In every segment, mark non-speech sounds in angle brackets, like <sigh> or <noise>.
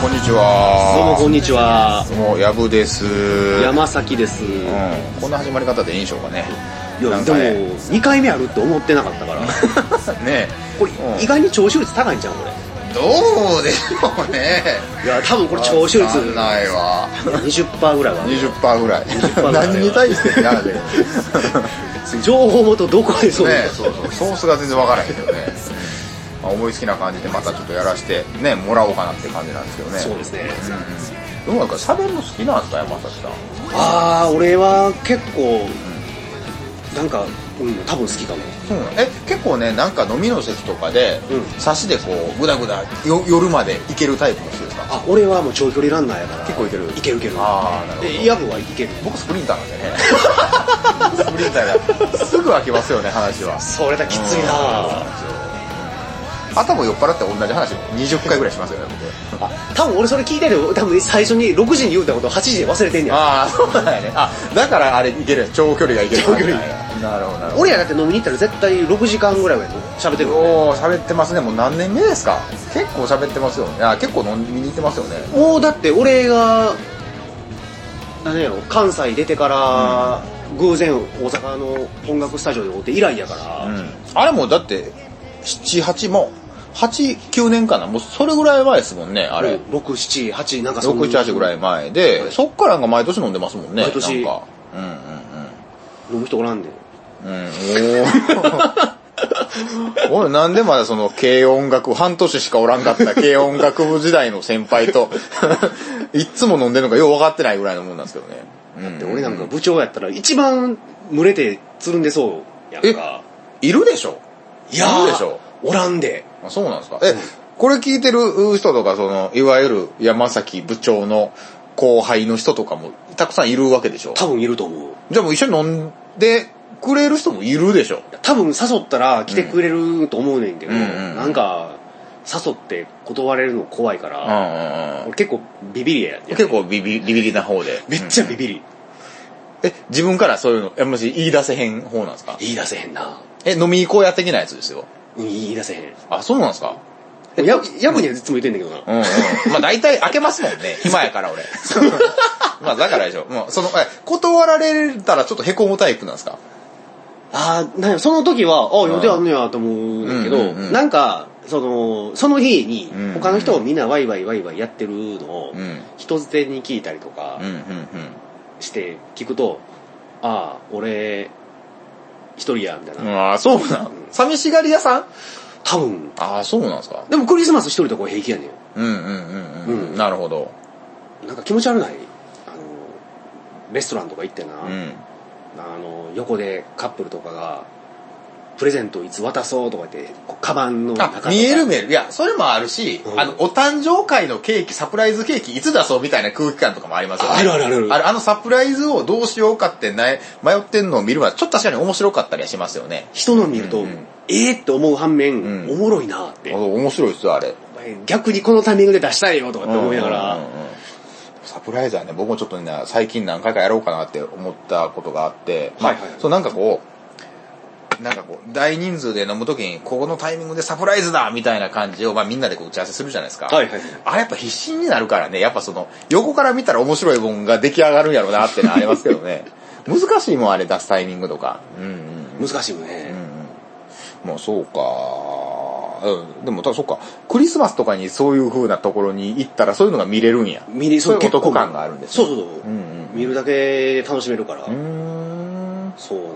こんにちはどうもこんにちはどうもやぶですうん山崎です、いこんな始まり方でいいんでしょうかねなやんかでもね2回目あるって思ってなかったからね <laughs> これうん意外に聴取率高いんじゃんこれどうでしょうねいや多分これ聴取率わかんないわ20%ぐらいは20%ぐらいぐらい何に対してやでね情報元どこでそういうそうそうソースが全然わからへんけどねまあ思いつきな感じでまたちょっとやらしてねもらおうかなって感じなんですけどねそうですねどうなんですか喋るの好きなんですか山崎さんああ俺は結構なんか、うん、多分好きかもそうなのえ結構ねなんか飲みの席とかで、うん差しでこうグダグダよ夜まで行けるタイプの人ですかあ俺はもう長距離ランナーやから結構いけるいけるいけるああなるほどでヤブはいける僕スプリンターなんでねスプリンターがすぐ飽きますよね話はそれだきついな頭酔っ払って同じ話20回ぐらいしますよね僕あ多分俺それ聞いてる多分最初に6時に言うたことを8時で忘れてんねやああそうなんやねあだからあれいける長距離がいける長距離なるほどなるほど俺らだって飲みに行ったら絶対6時間ぐらいはやと喋ってるもんねおお喋ってますねもう何年目ですか結構喋ってますよねあ結構飲みに行ってますよねもうだって俺が何やろ関西出てから、偶然大阪の音楽スタジオで会って以来やから、あれもだって、7、8も、8、9年かな。もうそれぐらい前ですもんね、ああれ。 678なんかそんな6、7、8ぐらい前で、はいそっからなんか毎年飲んでますもんね。毎年なんか。うんうん飲む人おらんでうん。うん、 <laughs> おお俺なんでまだその軽音楽、半年しかおらんかった軽音楽部時代の先輩と、 <laughs> いっつも飲んでるのかよう分かってないぐらいのもんなんですけどね。だっで俺なんか部長やったら一番群れてつるんでそうやんかいるでしょいやーいるでしょおらんであそうなんですかえ、これ聞いてる人とか、その、いわゆる山崎部長の後輩の人とかもたくさんいるわけでしょ多分いると思うじゃあもう一緒に飲んでくれる人もいるでしょ多分誘ったら来てくれると思うねんけど、うんうんうんなんか誘って断れるの怖いかうんうら、んうん俺結構ビビりやや結構ビビビビリな方で。めっちゃビビり、え、自分からそういうの、あんまし言い出せへん方なんですか言い出せへんなえ、飲み行こうや的なやつですよ。うん言い出せへんあ、そうなんですかややぶにはいつも言ってんだけどな、 <laughs> うんうん。まあ大体開けますもん <laughs> ね。暇やから俺。まあだからでしょ。もうその、え断られたらちょっと凹むタイプなんですかああなんやその時はああ予定あんのやと思うねんだけど、うんうんうんなんかそのその日にうんうん他の人をみんなワイワイワイワイやってるのをうん。人捨てに聞いたりとかうんうんうん。して聞くと、ああ俺一人やみたいな、ああ、そうなん。寂しがり屋さん多分ああ、そうなんですか。でもクリスマス一人とか平気やねんうんうんうんうん。うんなるほど。なんか気持ち悪ないあのレストランとか行ってな、うん。あの横でカップルとかがプレゼントいつ渡そうとか言ってこうカバンの中とあ、か見える見える。いや、それもあるし、うんあの、お誕生会のケーキ、サプライズケーキ、いつ出そうみたいな空気感とかもありますよね。あるあるあるあるあのサプライズをどうしようかってない、迷ってんのを見るのは、ちょっと確かに面白かったりはしますよね。人の見るうと、んうんええって思う反面、うんおもろいなって、お面白いですよ、あれ。逆にこのタイミングで出したいよとかって思いながら、うんうんうんうんサプライズはね、僕もちょっとね、最近何回かやろうかなって思ったことがあって、はいはいまあそうなんかこう、なんかこう、大人数で飲むときに、ここのタイミングでサプライズだみたいな感じを、まあみんなでこう打ち合わせするじゃないですか。はいはいあれやっぱ必死になるからね、やっぱその、横から見たら面白いもんが出来上がるんやろうなってのはありますけど <laughs> ね。難しいもん、あれ出すタイミングとか。うんうんうん。難しいよね、まあそうか。うん、でもただそっか、クリスマスとかにそういう風なところに行ったらそういうのが見れるんや。見れそういう結構男感があるんですそうねそうそう、うん見るだけで楽しめるから、うーん。そうなんよ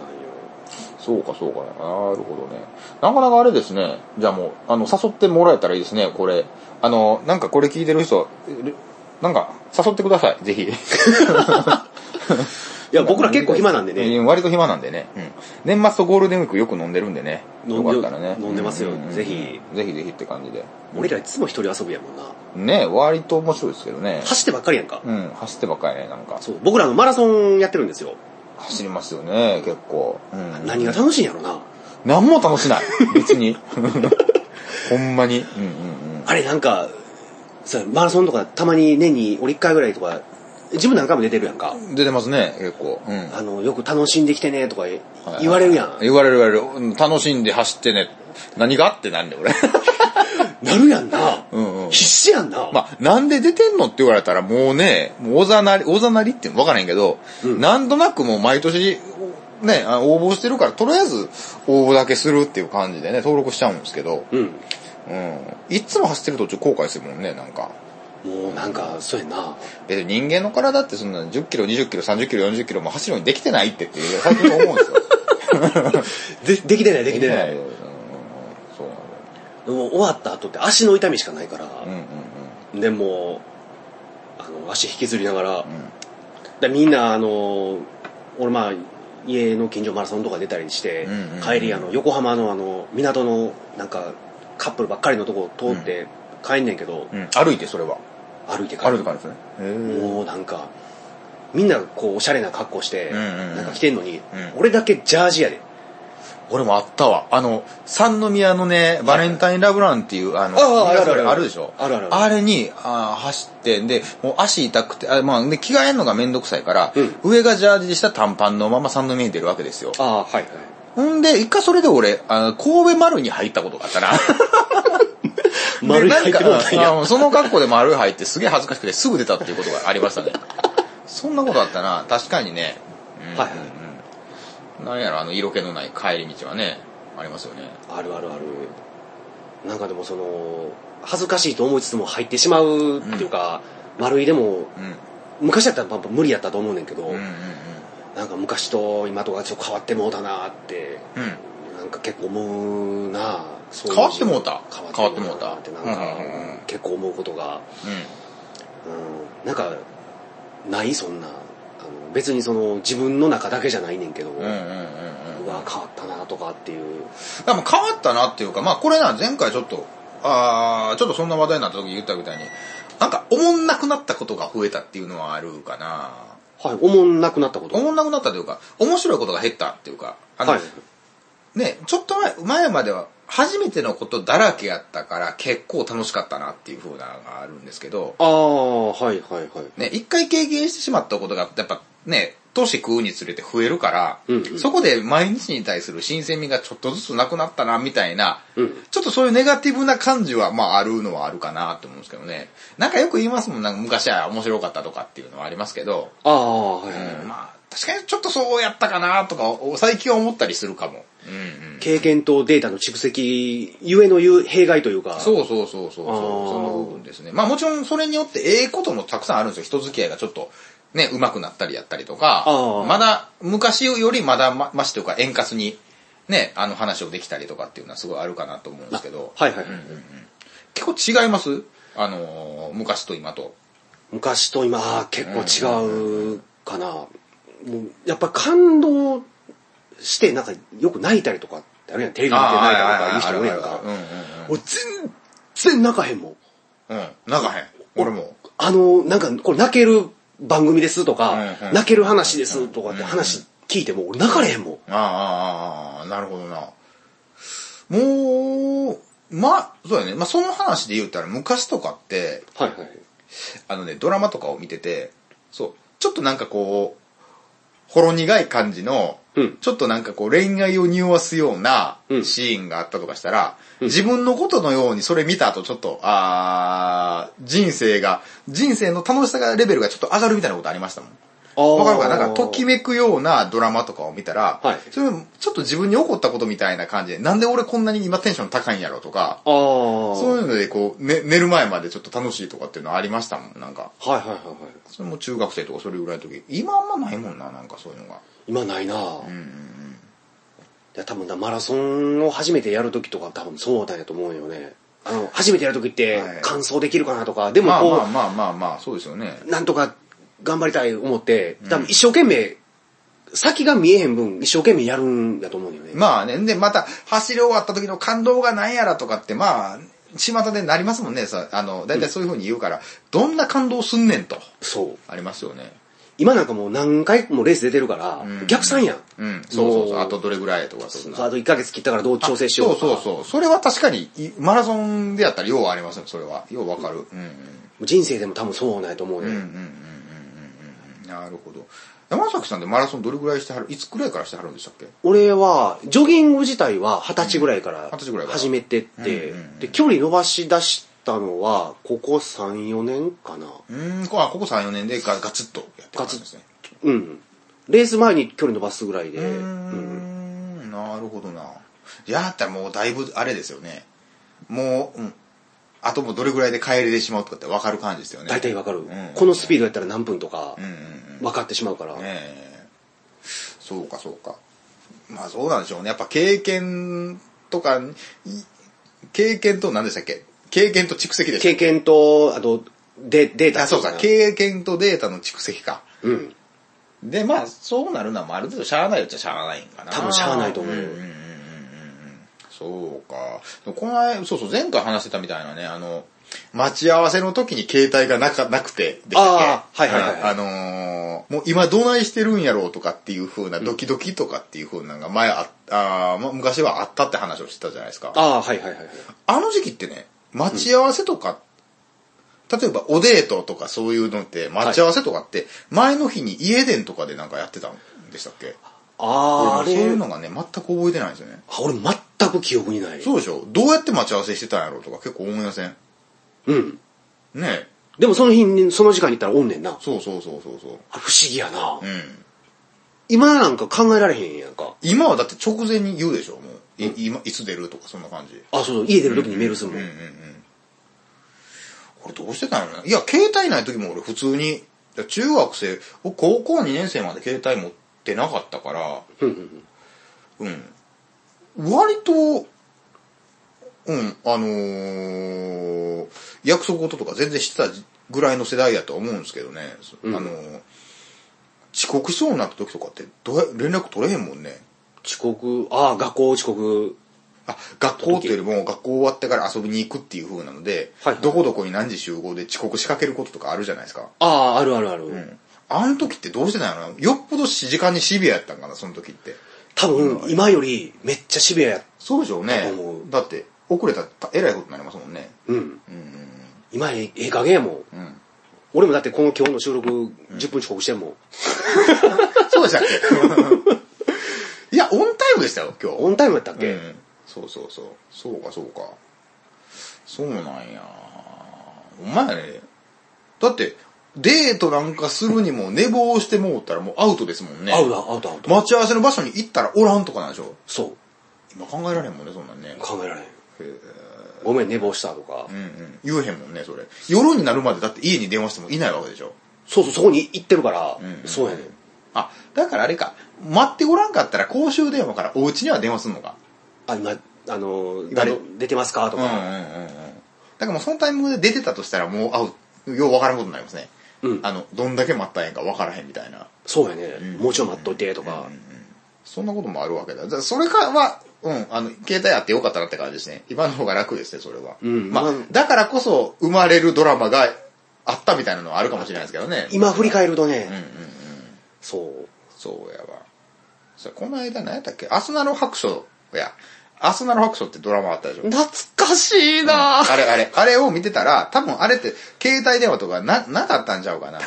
そうかそうか。なるほどね。なかなかあれですね。じゃあもう、あの、誘ってもらえたらいいですね、これ。あの、なんかこれ聞いてる人、なんか、誘ってください、ぜひ。いや <laughs> 僕ら結構暇なんでね、うん割と暇なんでね、うん年末とゴールデンウィークよく飲んでるんでね。飲んでよかったらね。飲んでますようううぜひ。ぜひぜひって感じで。俺らいつも一人遊びやもんなね割と面白いですけどね。走ってばっかりやんか、うん、走ってばっかりね、なんか。そう僕らのマラソンやってるんですよ、走りますよね、結構。うん。何が楽しいんやろな何も楽し <laughs> ない。別に。ほんまに。うんうんうん。あれなんかさマラソンとかたまに年に俺1回ぐらいとか自分何回も出てるやんか、出てますね、結構。うん。あのよく楽しんできてねとか言はい言われるやん、言われる言われるうん。楽しんで走ってね。何があってなんで俺。なるやんなうんうんうん必死やんな。 <laughs> まあ、なんで出てんのって言われたらもうね、もうおざなり、おざなりっていうの分からへんけど、うんなんとなくもう毎年、ね、あの応募してるから、とりあえず応募だけするっていう感じでね、登録しちゃうんですけど、うん。うん。いつも走ってる途中後悔するもんね、なんか。もうなんか、そうやんな。えっと人間の体ってそんな10キロ、20キロ、30キロ、40キロも走るようにできてないってっていう、最近思うんですよ。で、できて <laughs> ない、できてない。うんそうなんだよ。もう終わった後って足の痛みしかないから。うんうんうん。でもうあの足引きずりながら、んでみんなあの俺まあ家の近所マラソンとか出たりして、うんうんうん帰りあの横浜のあの港のなんかカップルばっかりのとこを通って帰んねんけど、うん、歩いてそれは。歩いて帰歩いるてからですね。へーもうなんかみんなこうおしゃれな格好して、うんうんうんなんか着てんのに、ん俺だけジャージやで俺もあったわ。あの、三宮のね、バレンタインラブランっていう、あの、ああミラクあるあルるあるでしょあるあるああれに、あー走って、で、もう足痛くて、あまあ、で、着替えんのがめんどくさいから、うん上がジャージでした短パンのまま三宮に出るわけですよ。ああはいはいほんで、一回それで俺、あの神戸丸に入ったことがあったな。で丸い入ってもうたなんんかやあのその格好で丸い入ってすげえ恥ずかしくてすぐ出たっていうことがありましたね。 <laughs> そんなことあったな。確かにね。うんはいはういんなんやろ、あの、色気のない帰り道はね、ありますよね。あるあるある。なんかでもその、恥ずかしいと思いつつも入ってしまうっていうか、丸いでも、うん。昔だったらやっぱ無理やったと思うねんけど、うんうんなんか昔と今とがちょっと変わってもうたなって、うん。うん。なんか結構思うなそういう変わってもうた変わってもうたなってなんか、うんうんうんうん結構思うことが、うん、なんか、ないそんな。あの別にその自分の中だけじゃないねんけど、うんうんうんうん。うわ変わったなとかっていうでも変わったなっていうか、まあこれな、前回ちょっと、あーちょっとそんな話題になった時言ったみたいに、なんか、おもんなくなったことが増えたっていうのはあるかな。はい思んなくなったことおもんなくなったというか、面白いことが減ったっていうか、あの、はいね、ちょっと前前までは、初めてのことだらけやったから、結構楽しかったなっていう風なのがあるんですけど、ああ、はいはいはい。ね、一回経験してしまったことが、やっぱね、年食うにつれて増えるから、うんうんそこで毎日に対する新鮮味がちょっとずつなくなったな、みたいな、うんちょっとそういうネガティブな感じは、まああるのはあるかなと思うんですけどね。なんかよく言いますもん、なんか昔は面白かったとかっていうのはありますけど、ああ、はいはい、うんまあ確かにちょっとそうやったかなとか、お最近は思ったりするかも。うんうん。経験とデータの蓄積ゆえの言う弊害というか。う。そうそうそうそうそう。あーその部分ですね。まあもちろんそれによってええこともたくさんあるんですよ。人付き合いがちょっとね、上手くなったりやったりとかあー、まだ昔よりまだまましというか円滑にね、あの話をできたりとかっていうのはすごいあるかなと思うんですけど、はいはい。結構違いますあのー昔と今と。昔と今、あー結構違うかな。もうやっぱ感動して、なんかよく泣いたりとかってあるやん。テレビ見て泣いたりとか言う人おるやんかうん。うんもう全然泣かへんもん。うん。うん。なんかへん。俺も。あの、なんか、これ泣ける番組ですとか、うんうん泣ける話ですとかって話聞いても、俺泣かれへんもん。ああああああ、なるほどな。もう、まあ、そうだね。まあその話で言ったら昔とかって、はいはい。あのね、ドラマとかを見てて、そう、ちょっとなんかこう、ほろ苦い感じの、うんちょっとなんかこう恋愛を匂わすようなうんシーンがあったとかしたら、自分のことのようにそれ見た後ちょっと、あー人生が、人生の楽しさがレベルがちょっと上がるみたいなことありましたもん。わかるかななんか、ときめくようなドラマとかを見たら、はいそれちょっと自分に起こったことみたいな感じで、なんで俺こんなに今テンション高いんやろとか、ああ。そういうのでこう、ね、寝る前までちょっと楽しいとかっていうのはありましたもん、なんか。はいはいはいはい。それも中学生とかそれぐらいの時、今あんまないもんな、なんかそういうのが。今ないなぁ。いや、多分だ、マラソンを初めてやるときとか多分そうだんやと思うよね。あの、初めてやるときってはい、完走できるかなとか、でもまあこまあまあまあまあ、そうですよねう、。なんとか頑張りたい思って、多分一生懸命、先が見えへん分、一生懸命やるんだと思うんよね。まあね、で、また走り終わった時の感動がなんやらとかって、まあ、巷でなりますもんね、さ、あの、だいたいそういう風に言うから、どんな感動すんねんと、そう。ありますよね。今なんかもう何回もレース出てるから、ん逆算やん。うん、そうそうそう、もあとどれぐらいとかそんなそうあと1ヶ月切ったからどう調整しようあとか。そうそうそう。それは確かに、いマラソンでやったらようありますね、それは。ようわかる。うん人生でも多分そうなんやと思うね。うん。うんうんうんうんうんうん。なるほど。山崎さんでマラソンどれぐらいしてはるいつくらいからしてはるんでしたっけ俺は、ジョギング自体は二十歳ぐらいからん20歳ぐらいから始めてってうんうんうん、で、距離伸ばし出したたのは、ここ3、4年かな。うーん、ここここ3、4年でガガツッとやってるんですね。うん。レース前に距離伸ばすぐらいで。うーうん。ん、なるほどな。やったらもうだいぶあれですよね。もう、うん。あともうどれぐらいで帰れてしまうとかって分かる感じですよね。大体わかる、んこのスピードやったら何分とかうん、うん分かってしまうから。うん。ねえ。そうか、そうか。まあそうなんでしょうね。やっぱ経験とか、い経験と何でしたっけ経験と蓄積でしたっ経験と、あと、デけデータあ、そうか。経験とデータの蓄積か。うん。で、まあ、そうなるのは、まあ、ある程度しゃあないっちゃしゃあないんかな。多分しゃあないと思ううんんんんんそうか。でもこの間、そうそう、前回話してたみたいなね、あの、待ち合わせの時に携帯がなかなくて、でしたっけあーはいはいはいはいうんあのーもう今どないしてるんやろうとかっていう風な、ドキドキとかっていう風なのが前あ、あーまあ昔はあったって話をしてたじゃないですか。あああ、はいはいはいはい。の時期ってね、待ち合わせとか、例えばおデートとかそういうのって、待ち合わせとかって、前の日に家電とかでなんかやってたんでしたっけああ、あ俺もそういれう、のがね、全く覚えてないんですよね。あ俺全く記憶にない。そうでしょどうやって待ち合わせしてたんやろうとか結構思いませんうん。ねえ。でもその日に、その時間に行ったらおんねんな。そうそうそうそうそう。あれ不思議やな、うん。今なんか考えられへんやんか。今はだって直前に言うでしょもう。い、今、いつ出るとかそんな感じ。あ、そうそう、家出る時にメールするもん。これどうしてたんやろないや、携帯ない時も俺普通に、中学生、僕高校2年生まで携帯持ってなかったから、うんうんうんうん。割と、うん、あのー約束事とか全然してたぐらいの世代やとは思うんですけどね。うんあのー遅刻しそうになった時とかってどうや連絡取れへんもんね。遅刻、ああ、学校遅刻。あ、学校っていうよりも学校終わってから遊びに行くっていう風なので、はいはいどこどこに何時集合で遅刻しかけることとかあるじゃないですか。ああ、あるあるある。うん。あの時ってどうしてたんやろなよっぽど時間にシビアやったんかな、その時って。多分、今よりめっちゃシビアや。そうでしょうだねと思。うだって、遅れたらえらいことになりますもんね。うん。うん。今ええええ加減やもん。うん。俺もだってこの今日の収録10分遅刻してんもん。そうでしたっけ <laughs> いや、オンタイムでしたよ、今日。オンタイムやったっけ、うん。そうそうそう。そうか、そうか。そうなんや。お前ね。だって、デートなんかするにも寝坊してもうたらもうアウトですもんね。アウトアウトアウト。待ち合わせの場所に行ったらおらんとかなんでしょそう。今考えられへんもんね、そんなんね。考えられへん。へーごめん、寝坊したとか。うんうん。言えへんもんね、それ。夜になるまでだって家に電話してもいないわけでしょ。そうそう、そこに行ってるから、んうんそうやねん。あ、だからあれか。待っておらんかったら公衆電話からお家には電話すんのか。あ、今、あの、今誰出てますかとうんうんうか、んうん。だからもうそのタイミングで出てたとしたらもう会う、ようわからんことになりますね。うんあの、どんだけ待ったんやんかわからへんみたいな。そうやね、もうちょい待っといてとか、そんなこともあるわけだ。だからそれかは、うん、あの、携帯あってよかったなって感じですね。今の方が楽ですね、それは。んまあまあ、だからこそ生まれるドラマがあったみたいなのはあるかもしれないですけどね。今振り返るとね、うんうんうん。そう。そうやわ。それこの間何やったっけアスナロ白書や。アスナロ白書ってドラマあったでしょ懐かしいなぁ。あれあれ、あれを見てたら、多分あれって携帯電話とかな、なかったんちゃうかな。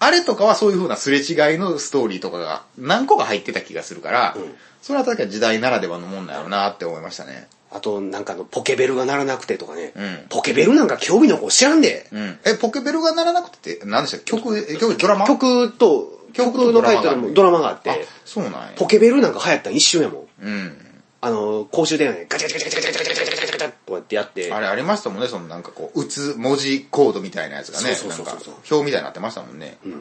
あれとかはそういう風なすれ違いのストーリーとかが何個か入ってた気がするから、んそれは確かに時代ならではのもんだよなって思いましたね。あと、なんかあの、ポケベルが鳴らなくてとかね、うんポケベルなんか興味の子知らんで、うん。え、ポケベルが鳴らなくてって、何でしたっけ曲、え曲、ドラマ曲と、曲曲とのタイトルもドドラマがあっあて、、そうなんや。ポケベルなんか流行ったん一瞬やもん。うん。あの、公衆電話でガチャガチャガチャガチャガチャガチャガチャガチャガチャガチャとかってやって、あれありましたもんね、そのなんかこう、打つ文字コードみたいなやつがね、そうそうそうそうなんか表みたいになってましたもんね。ん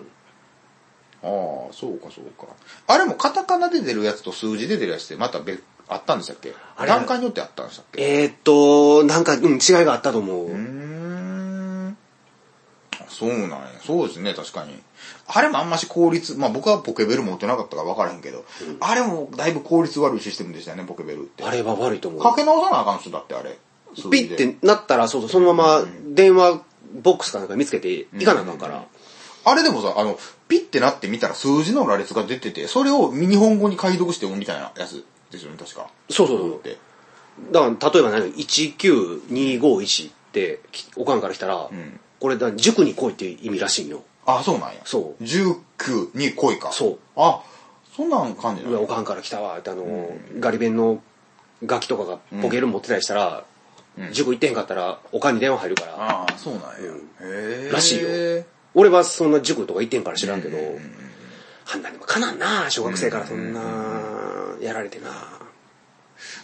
ああ、そうかそうか。あれもカタカナで出るやつと数字で出るやつってまた別、あったんでしたっけあれ段階によってあったんでしたっけえーっと、なんか、うん、違いがあったと思う。うーん。そうなんや。そうですね、確かに。あれもあんまし効率、まあ僕はポケベル持ってなかったから分からへんけど、あれもだいぶ効率悪いシステムでしたよね、ポケベルって。あれは悪いと思う。かけ直さなあかん人だって、あれ。数字でピッてなったら、そうそう、そのまま電話ボックスかなんか見つけていかなあかんから。あれでもさ、あの、ピッてなってみたら数字の羅列が出てて、それを日本語に解読して読むみたいなやつですよね、確か。そうそうそう。で、だから、例えば何19251って、きおかんから来たら、んこれ、だから塾に来いっていう意味らしいんよ。あ、そうなんや。そう19に来いか。そう。あ、そんなん感じなうわのおかんから来たわって、あの、ガリ弁のガキとかがポケル持ってたりしたら、うん塾行ってへんかったら、おかんに電話入るから、ああ、そうなんや。うんへえ。らしいようん俺はそんな塾とか行ってへんから知らんけど、うんうんあんなにもかなんな小学生からそんなうんやられてな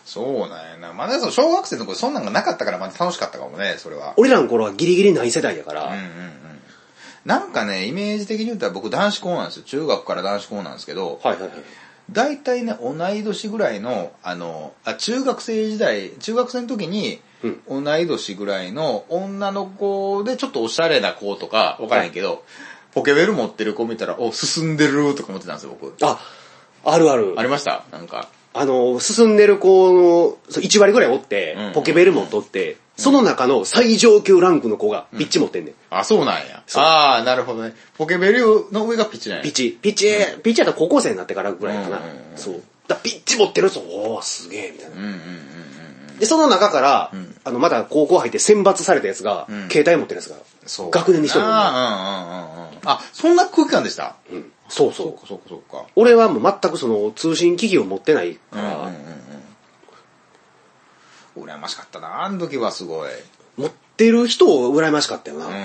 そうなんやな。まだその小学生の頃そんなんがなかったからまだ楽しかったかもね、それは。俺らの頃はギリギリない世代やかうんうんうら、ん。なんかね、イメージ的に言ったら僕男子校なんですよ。中学から男子校なんですけど、はいはいはい大体ね、同い年ぐらいの、あの、あ中学生時代、中学生の時に、同い年ぐらいの女の子でちょっとおしゃれな子とか、わからへんけど、ポケベル持ってる子見たら、お、進んでるとか思ってたんですよ、僕。ああるあるありましたなんか。あの進んでる子のそう1割ぐらいおって、うんポケベルも取って、その中の最上級ランクの子がピッチ持ってんねん、あ、そうなんや。そうああ、なるほどね。ポケベルの上がピッチなんやピッ。チピッチ、ピッチやったら高校生になってからぐらいかな、うんうんうんそうだからピッチ持ってる人おーすげえみたいな、うんうんうんでその中から、あのまだ高校入って選抜されたやつが、ん携帯持ってるやつがそう。学年に一人もいないああ、うんうんうんうん。あ、そんな空気感でしたうんそうそそううか、そうか、そうか。俺はもう全くその通信機器を持ってないかうんうんうんら、うん。羨ましかったな、あの時はすごい。持ってる人を羨ましかったよな。うんうん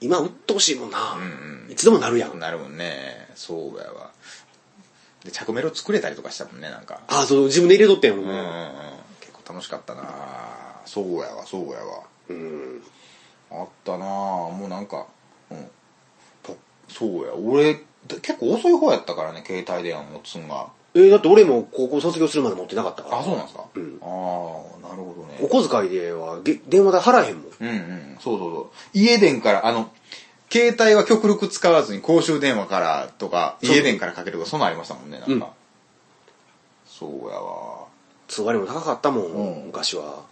今鬱陶しいもんな、んいつでもなるやうん。ん。なるもんね。そうやわ。で、着メロ作れたりとかしたもんね、なんか。ああ、そう、自分で入れとったやん、うんうんうもん。結構楽しかったなそうやわ、そうやわ。う。うん。あったなぁ、もうなんか、うん。ぽそうや、俺、だ結構遅い方やったからね、携帯電話持つんが。えーだって俺も高校卒業するまで持ってなかったから。あ、そうなんですか、うんああ、なるほどおね。小遣いでは、げ電話代払えへんもん。うんうん、そうそうそう。家電から、あの、携帯は極力使わずに公衆電話からとか、そう家電からかけるとか、そんなんありましたもんね、なんか。うんそうやわ。通話料も高かったもん、うん昔は。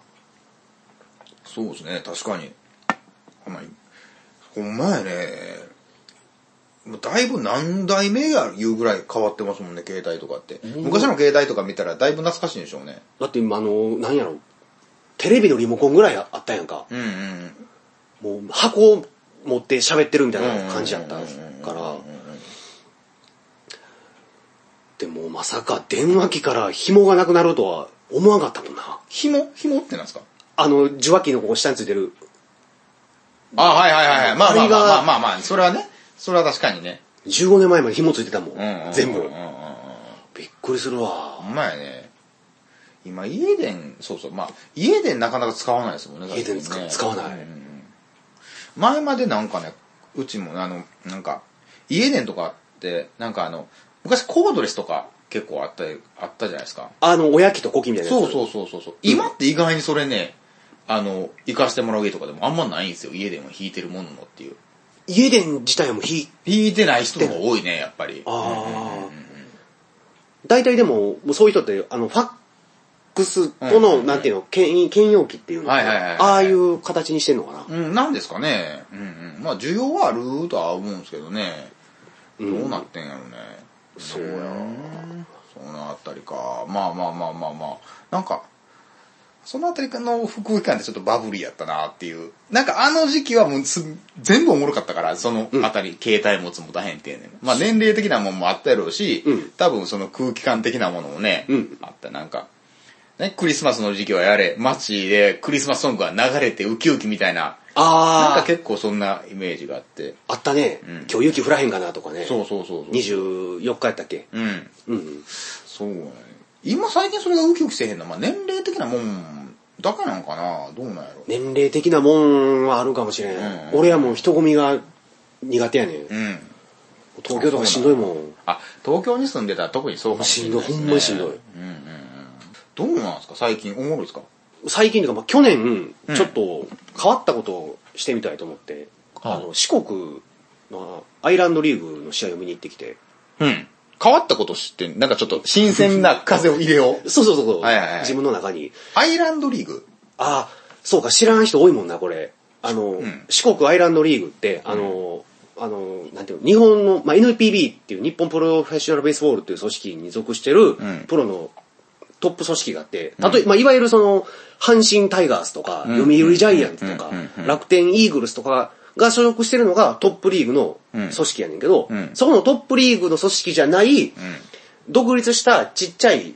そうですね、確かに。あまり、ほんまやね。もうだいぶ何代目やいうぐらい変わってますもんね、携帯とかって。昔の携帯とか見たらだいぶ懐かしいんでしょうね。だって今、あの、なんやろ、テレビのリモコンぐらいあったやんか。うんうん。もう箱を持って喋ってるみたいな感じやったかうんうんうんらうん。でもまさか電話機から紐がなくなるとは思わなかったもんな。紐紐ってなんですかあの、受話器のこう下についてる。あ、はいはいはいはい。まあまあまああれがまあまあまあ、それはね。それは確かにね。 15年前まで紐ついてたもん。うんうん全うん部うんう。んびっくりするわほ。んまやね。今家電、そうそう、まあ家電なかなか使わないですもんね。家電確かにね使わないうんうんうん前までなんかね、うちもあの、なんか、家電とかあって、なんかあの、昔コードレスとか結構あった、あったじゃないですか。あの、親機と子機みたいなやつ。そうそうそうそうそう。今って意外にそれね、あの、行かしてもらう家とかでもあんまないんですよ。家電を引いてるもののっていう。家電自体も非、引いてない人の方が多いね、やっぱり。ああ。大体でも、もうそういう人って、あの、ファックスとの、うんうんうんなんていうの、兼兼用機っていうのかなはいはいはいはいああいう形にしてんのかな。うん、なんですかね。うんうん。まあ、需要はあるとは思うんですけどね。どうなってんやろね。そうやんそのあたりか。まあまあまあまあまあ。なんか、そのあたりの福井感ってちょっとバブリーやったなっていう。なんかあの時期はもうす全部おもろかったから、そのあたり、携帯持つも大変ってね。まあ年齢的なもんもあったやろうし、うん多分その空気感的なものもね、うんあったなんか。ね、クリスマスの時期はやれ、街でクリスマスソングが流れてウキウキみたいな、なんかああ。結構そんなイメージがあって。あったね。ん今日雪降らへんかなとかね。そうそうそうそう。 24日やったっけうん。うんうん。そうね。今最近それがウキウキせえへんのは、まあ、年齢的なもんだけなんかなどうなんやろ。年齢的なもんはあるかもしれん、うん俺はもう人混みが苦手やねん、うん。東京とかしんどいもんあ、東京に住んでたら特にそうかもしれんなどいですほねんまにしんどい、どうなんですか最近おもろいですか最近というか、まあ、去年うんちょっと変わったことをしてみたいと思って、はいあの四国のアイランドリーグの試合を見に行ってきて。うん。変わったこと知ってんなんかちょっと新鮮な風を入れようそうそうそうそう、はいはいはい自分の中に <laughs> アイランドリーグああそうか知らん人多いもんなこれあの、ん四国アイランドリーグってあの、あのなんていうの日本の、まあ、NPB っていう日本プロフェッショナルベースボールっていう組織に属してるんプロのトップ組織があって、たとえまあ、いわゆるその阪神タイガースとか、ん読売ジャイアンツとかうんうん、楽天イーグルスとかが所属してるのがトップリーグの組織やねんけど、うんそこのトップリーグの組織じゃない、独立したちっちゃい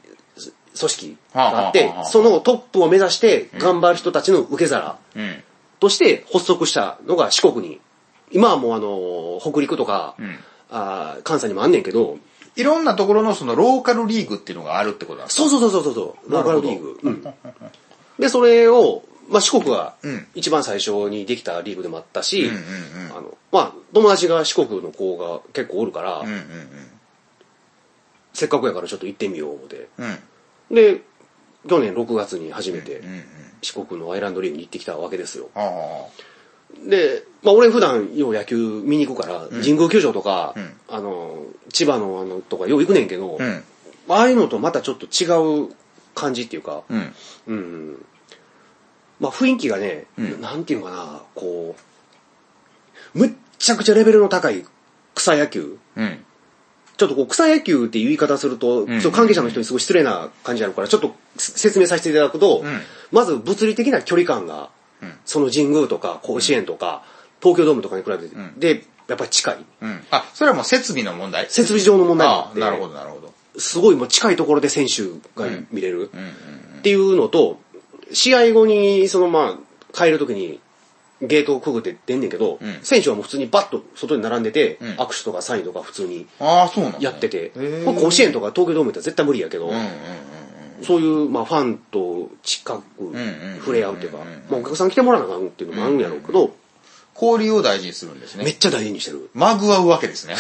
組織があって、はあはあはあそのトップを目指して頑張る人たちの受け皿うん。として発足したのが四国に。今はもうあの、北陸とか、んあー関西にもあんねんけど、いろんなところのそのローカルリーグっていうのがあるってことなんですそうそうそうそうそう、ロなーるカほどルリーグ。うんで、それを、まあ、四国がうん一番最初にできたリーグでもあったし、うんうんあの、まあ、友達が四国の子が結構おるから、うんうんせっかくやからちょっと行ってみよう思て。うん。うん。で、去年6月に初めてうんうん。四国のアイランドリーグに行ってきたわけですよ。ああ。で、まあ俺普段よう野球見に行くから、神宮球場とか、んあの、千葉のあのとかよう行くねんけど、うん。ああいうのとまたちょっと違う感じっていうか、うん。うん。まあ雰囲気がね、んなんていうのかな、こう、むっちゃくちゃレベルの高い草野球。うん。ちょっとこう草野球っていう言い方すると、んそう関係者の人にすごい失礼な感じになるから、ちょっとせ説明させていただくと、んまず物理的な距離感が、その神宮とか甲子園とか、東京ドームとかに比べて、んで、やっぱり近い。うん。あ、それはもう設備の問題設備上の問題もああっあ、て、なるほど、なるほど。すごいもう近いところで選手が見れるうんうん。っていうのと、試合後に、そのまあ、帰るときに、ゲートをくぐって出んねんけど、ん選手はもう普通にバッと外に並んでて、ん握手とかサインとか普通にああ、そうなんだやってて、へえまあ甲子園とか東京ドームやったら絶対無理やけど、うんうんそういう、まあ、ファンと近くんうん触れ合うっていうかうんうんうん、まあ、お客さん来てもらわなあかんっていうのもあるんやろうけど、交流を大事にするんですめね。。っちゃ大事にしてるまぐわうわけ <laughs> ですね。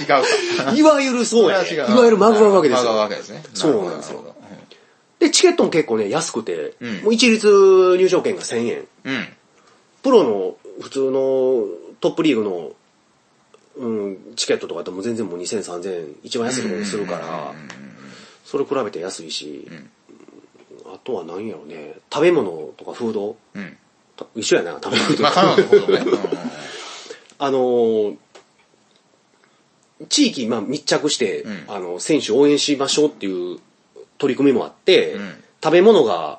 違うか。いわゆるそうや、ね。そいれは違わゆるマグロわけでますぐわうわよ。けですね。そうなんですよるほどなるほで、チケットも結構ね、安くて、うんもう一律入場券が1000円。どうん。プロの普通のトップリーグの、うん、チケットとかでもう全然もう2000、3000、一番安いところにするから、それ比べて安いし、あとは何やろね、食べ物とかフード、うん。た一緒やな、食べ物とまかあ、。彼女の <laughs> ことね。うんうんうんあのー地域、まあ、密着して、んあの、選手応援しましょうっていう取り組みもあって、ん食べ物が、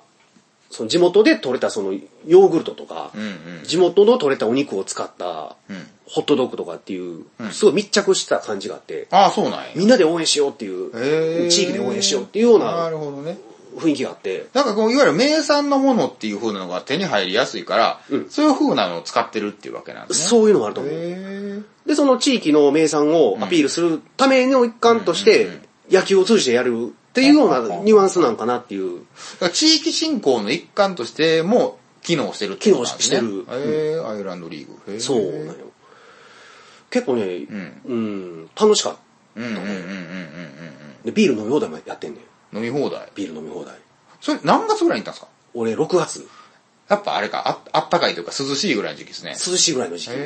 その地元で採れたそのヨーグルトとか、うんうん地元の採れたお肉を使ったうんホットドッグとかっていう、すごい密着した感じがあって、ああ、そうなんや。みんなで応援しようっていへう、え地域で応援しようっていうようななるほどね。雰囲気があって、なんかこう、いわゆる名産のものっていう風なのが手に入りやすいから、そういう風なのを使ってるっていうわけなんですね。そういうのがあると思う。へで、その地域の名産をアピールするための一環として、野球を通じてやるっていうようなニュアンスなんかなっていう。え。 <laughs> 地域振興の一環としても機能してるってことなんですね。機能してるへえ、アイルランドリーグ。へえそうなんよ。結構ね、んうん、楽しかっうんうんうんうんうんた。で、ビール飲み放題もやってんねん。うん。飲み放題。ビール飲み放題。それ何月ぐらいに行ったんですか俺、6月、やっぱあれか、ああったかいというか涼しいぐらいの時期ですね。涼しいぐらいの時期にへ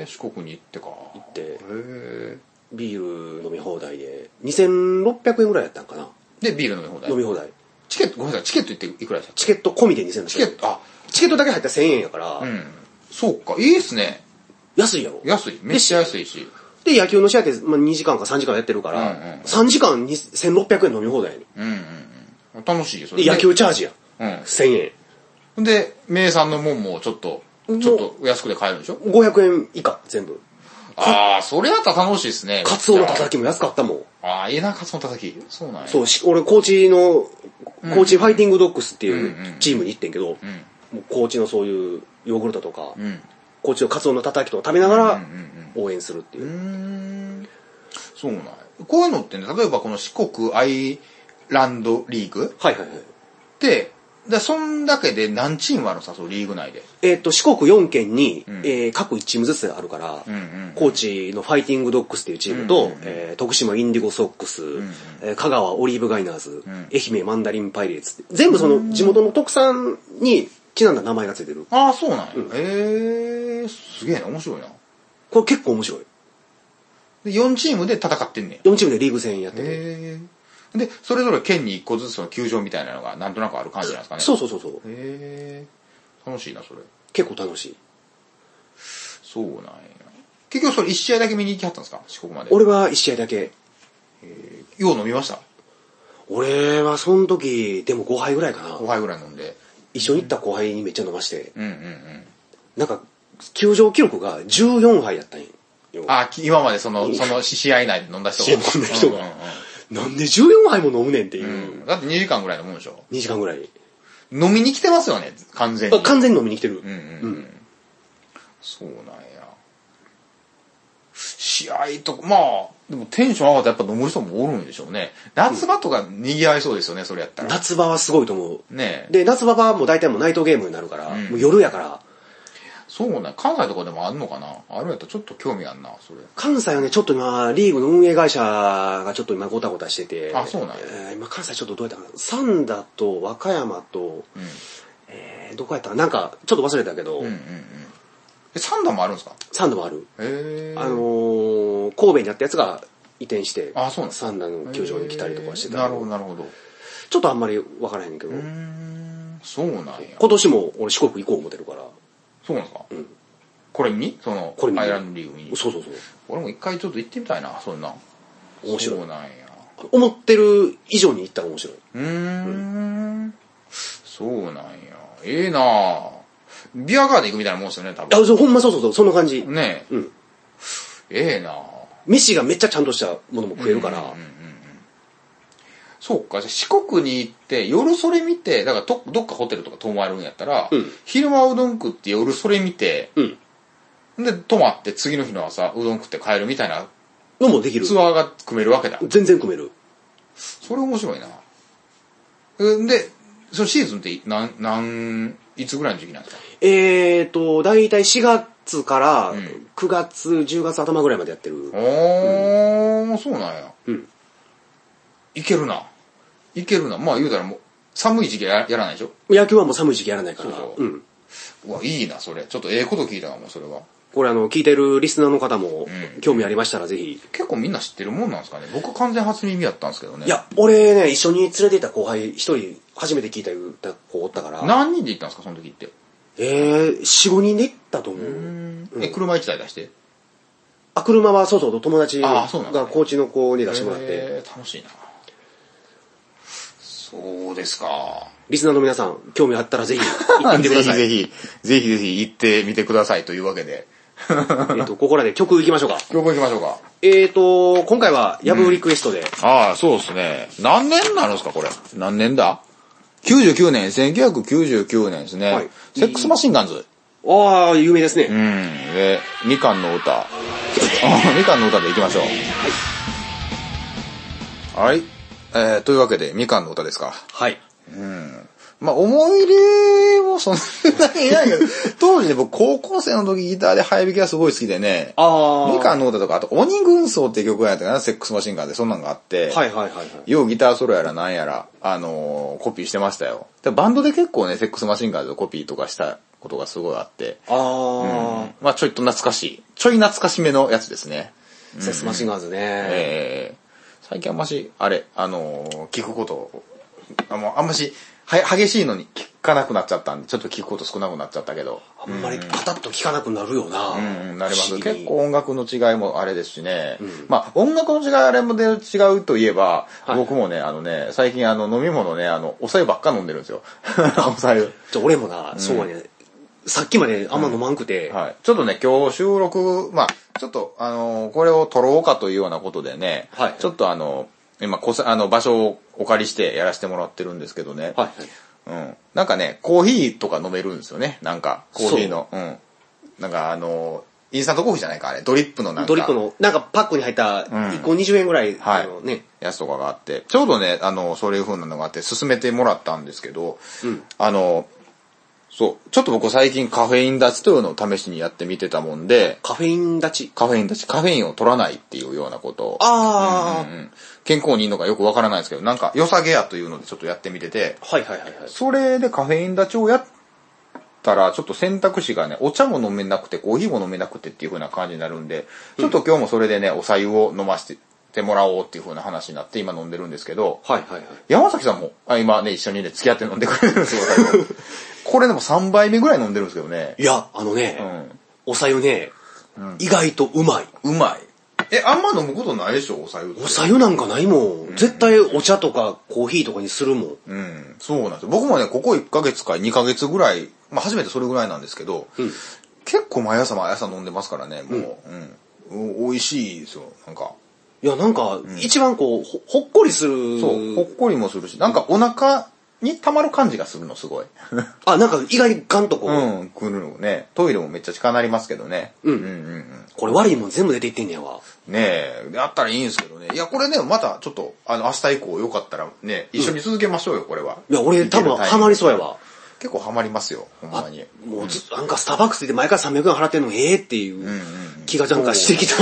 え、四国に行ってか。行って、へえ。ビール飲み放題で、2600円ぐらいやったんかな。で、ビール飲み放題飲。み放題。チケット、ごめんなさい、チケット行っていくらでしたチケット込みで2600円。チケット、あ、チケットだけ入ったら1000円やから、うん。そうか、いいですね。安いやろ。安い。めっちゃ安いし。で、野球の試合って、まあ、2時間か3時間やってるから、うんうん3時間に1600円飲み放題やねうんうんうん。楽しいよ、そんで、野球チャージや。う1000ん。で、名産のもんもちょっと、ちょっと安くで買えるんでしょ円。500円以下、全部。ああ、それやったら楽しいですね。カツオのたたき。きも安かったもん。ああ、いいな、カツオのたたき。そうなんや。そう、し俺、高知の、高知ファイティングドッグスっていんうんうチームに行ってんけど、もう高知のそういうヨーグルトとか、うん。高知のカツオのたたきとか食べながらうんうん応援するっていうう。ん。そうなんや。こういうのってね、例えばこの四国アイランドリーグはいはいはい。って、で、そんだけで何チームあるんですか、そのリーグ内で。えっ、と、四国4県に、んえー各1チームずつあるから、うんうん高知のファイティングドッグスっていうチームと、うんうんうんえー徳島インディゴソックス、えー香川オリーブガイナーズ、ん愛媛マンダリンパイレーツって全部その地元の特産にちなんだ名前がついてる。ああ、そうなんや。ええ、すげえな、面白いな。これ結構面白い。で、4チームで戦ってんねん。 4チームでリーグ戦やってて。へえ。で、それぞれ県に一個ずつの球場みたいなのがなんとなくある感じなんですかね。。そううそうそうそう。へえ。楽しいな、それ。結構楽しい。そうなんや。結局それ一試合だけ見に行きはったんですか四国まで。俺は1試合だけ。よう飲みました。俺はその時、でも5杯ぐらいかな後。輩ぐらい飲んで。一緒に行った後輩にめっちゃ飲まして。うんうんうん。なんか、球場記録が14杯やったんよ。あ、き今までその、その試合内で飲んだ人試合内の人がうんうんうんなんで14杯も飲むねんっていう。だって2時間ぐらいのもんでしょ。 2時間ぐらい。飲みに来てますよね、完全あに。完全に飲みに来てる。うんうんううんん。そうなんや。試合とか、まあ、でもテンション上がったらやっぱ飲む人もおるんでしょうね。夏場とか賑わいそうですよね、それやったら。夏場はすごいと思う。ねえ。で、夏場はもう大体もうナイトゲームになるから、んもう夜やから、そうなんや関西とかでもあんのかなあるんやったらちょっと興味あんな、それ。関西はね、ちょっと今、リーグの運営会社がちょっと今ごたごたしてて、あそうなんやえー今関西ちょっとどうやったかな、三田と和歌山と、うん。えーどこやったかな、なんかちょっと忘れたけど、うんうんうん。え、サンダーもあるんですか三田もある。へえ。あの、ー神戸になったやつが移転して、あそうなん三田の球場に来たりとかしてたなるほど、なるほど。うちょっとあんまりわからへんけど、ーん、そうなんや。今年も俺四国行こう思ってるから、そうなんですかこれにそのこれ、見にアイランドリーグに。そうそうそう。俺も一回ちょっと行ってみたいな、そんなん。面白いそうなんや。思ってる以上に行ったら面白い。うーん。そうなんや。ええなぁ。ビアガーデン行くみたいなもんですよね、多あ、分。そうほんまそうそうそう、そんな感じ。ねえ。うん。ええなぁ。飯がめっちゃちゃんとしたものも食えるから、そうか、じゃあ四国に行って、夜それ見て、だからどどっかホテルとか泊まるんやったら、うん昼間うどん食って夜それ見て、うん。で、泊まって次の日の朝うどん食って帰るみたいなのもできる。ツアーが組めるわけだ。全然組める。それ面白いな。えで、そのシーズンって何、何、いつぐらいの時期なんですかえーと、だいたい4月からん9月、10月頭ぐらいまでやってるお。ー、そうなんや。うん。いけるな。いけるな。まあ言うたらもう、寒い時期ややらないでしょ野球はもう寒い時期やらないから。。そううそうんうわ、いいな、それ。ちょっとええこと聞いたかも、それは。これあの、聞いてるリスナーの方もうん興味ありましたらぜひ。結構みんな知ってるもんなんですかね僕完全初耳やったんですけどね。いや、俺ね、一緒に連れていた後輩、一人初めて聞いた言うた子おったから、何人で行ったんですか、その時って。えー、4、5人で行ったと思う。え、車1台出して。あ、車はそうそう、友達あーそうなんですがねコーチの子に出してもらって、えー楽しいな。そうですか。リスナーの皆さん、興味あったらぜひ <laughs> 行ってみてください。ぜひぜひ、ぜひぜひ行ってみてくださいというわけで。 <laughs> えっと、ここらで曲行きましょうか。曲行きましょうか。えっと、今回は、ヤブリクエストで、ああ、そうですね。何年になるんですか、これ。何年だ ?99 年、1999年ですね。はいセックスマシンガンズ。ああ、有名ですね。うん。で、みかんの <laughs> 歌。あみかんの歌で行きましょう。はい。えー、というわけで、みかんの歌ですか。はい。まあ、思い入れもそんなにないけど、当時ね、僕高校生の時ギターで早弾きがすごい好きでね、ああ。みかんの歌とか、あと鬼軍曹っていう曲がやったかな、セックスマシンガンでそんなんがあって、はいはいはいはい。ようギターソロやらなんやら、あのーコピーしてましたよ。でバンドで結構ね、セックスマシンガンズのコピーとかしたことがすごいあって、ああ、まあちょいと懐かしい。ちょい懐かしめのやつですね。セスマシンガーズね。えー、最近あんまし、あれ、あのー聞くことを、あもうあんまし、は激しいのに聞かなくなっちゃったんで、ちょっと聞くこと少なくなっちゃったけど。あんまりパタッと聞かなくなるよな。うん、なりま不す。思議に結構。音楽の違いもあれですしね。まあ、音楽の違いあれもで違うといえば、はい僕もね、あのね、最近あの飲み物ね、あの、おさゆばっか飲んでるんです <laughs> よ。おさゆ。じゃあ俺もな、そうはね、さっきまであんま飲まんくて、はい。ちょっとね、今日収録、まあ、ちょっと、あのーこれを撮ろうかというようなことでね、はいちょっとあの、今、こさあの、場所をお借りしてやらせてもらってるんですけどね、はい。うん。なんかね、コーヒーとか飲めるんですよね、なんか、コーヒーの、うん。なんかあのーインスタントコーヒーじゃないか、あれ、ドリップのなんか。ドリップの、なんかパックに入った1個20円ぐらい、はいあのね、やつとかがあって、ちょうどね、あの、そういう風なのがあって、勧めてもらったんですけど、うんあの、そう、ちょっと僕最近カフェイン立ちというのを試しにやってみてたもんで、カフェイン立ち。カフェイン立ち、カフェインを取らないっていうようなことを、ああ、うん健康にいいのかよくわからないですけど、なんか良さげやというのでちょっとやってみてて、はいはいはいはい。それでカフェイン立ちをやったら、ちょっと選択肢がね、お茶も飲めなくて、コーヒーも飲めなくてっていう風な感じになるんで、ちょっと今日もそれでね、お茶湯を飲ませてもらおうっていう風な話になって今飲んでるんですけど、はいはいはい。山崎さんも、あ今ね、一緒にね、付き合って飲んでくれてるんですよ、お <laughs> 茶湯をこれでも3杯目ぐらい飲んでるんですけどね。いや、あのね、うんおさゆね、意外とうまい。うまい。え、あんま飲むことないでしょ、お茶湯っておさゆなんかないもん。絶対お茶とかコーヒーとかにするもん。うん、そうなんですよ僕もね、ここ1ヶ月か2ヶ月ぐらい、まあ初めてそれぐらいなんですけど、ん結構毎朝毎朝飲んでますからね、もう、うん。お美味しいですよ、なんか。いや、なんか、一番こう、ほほっこりする。そう、ほっこりもするし、なんかお腹に溜まる感じがするの、すごい。あ、なんか意外にガンとこう、うん、来るのね。トイレもめっちゃ近なりますけどね。うんうんうん。これ悪いもん全部出ていってんねやわ。ねえ、あったらいいんですけどね。いや、これね、またちょっと、あの、明日以降よかったらね、一緒に続けましょうよ、これは。いや、俺多分ハマりそうやわ。結構ハマりますよ、ほんまに。もうずっとなんかスターバックスで毎回300円払ってんのええっていう気がなんかしてきた。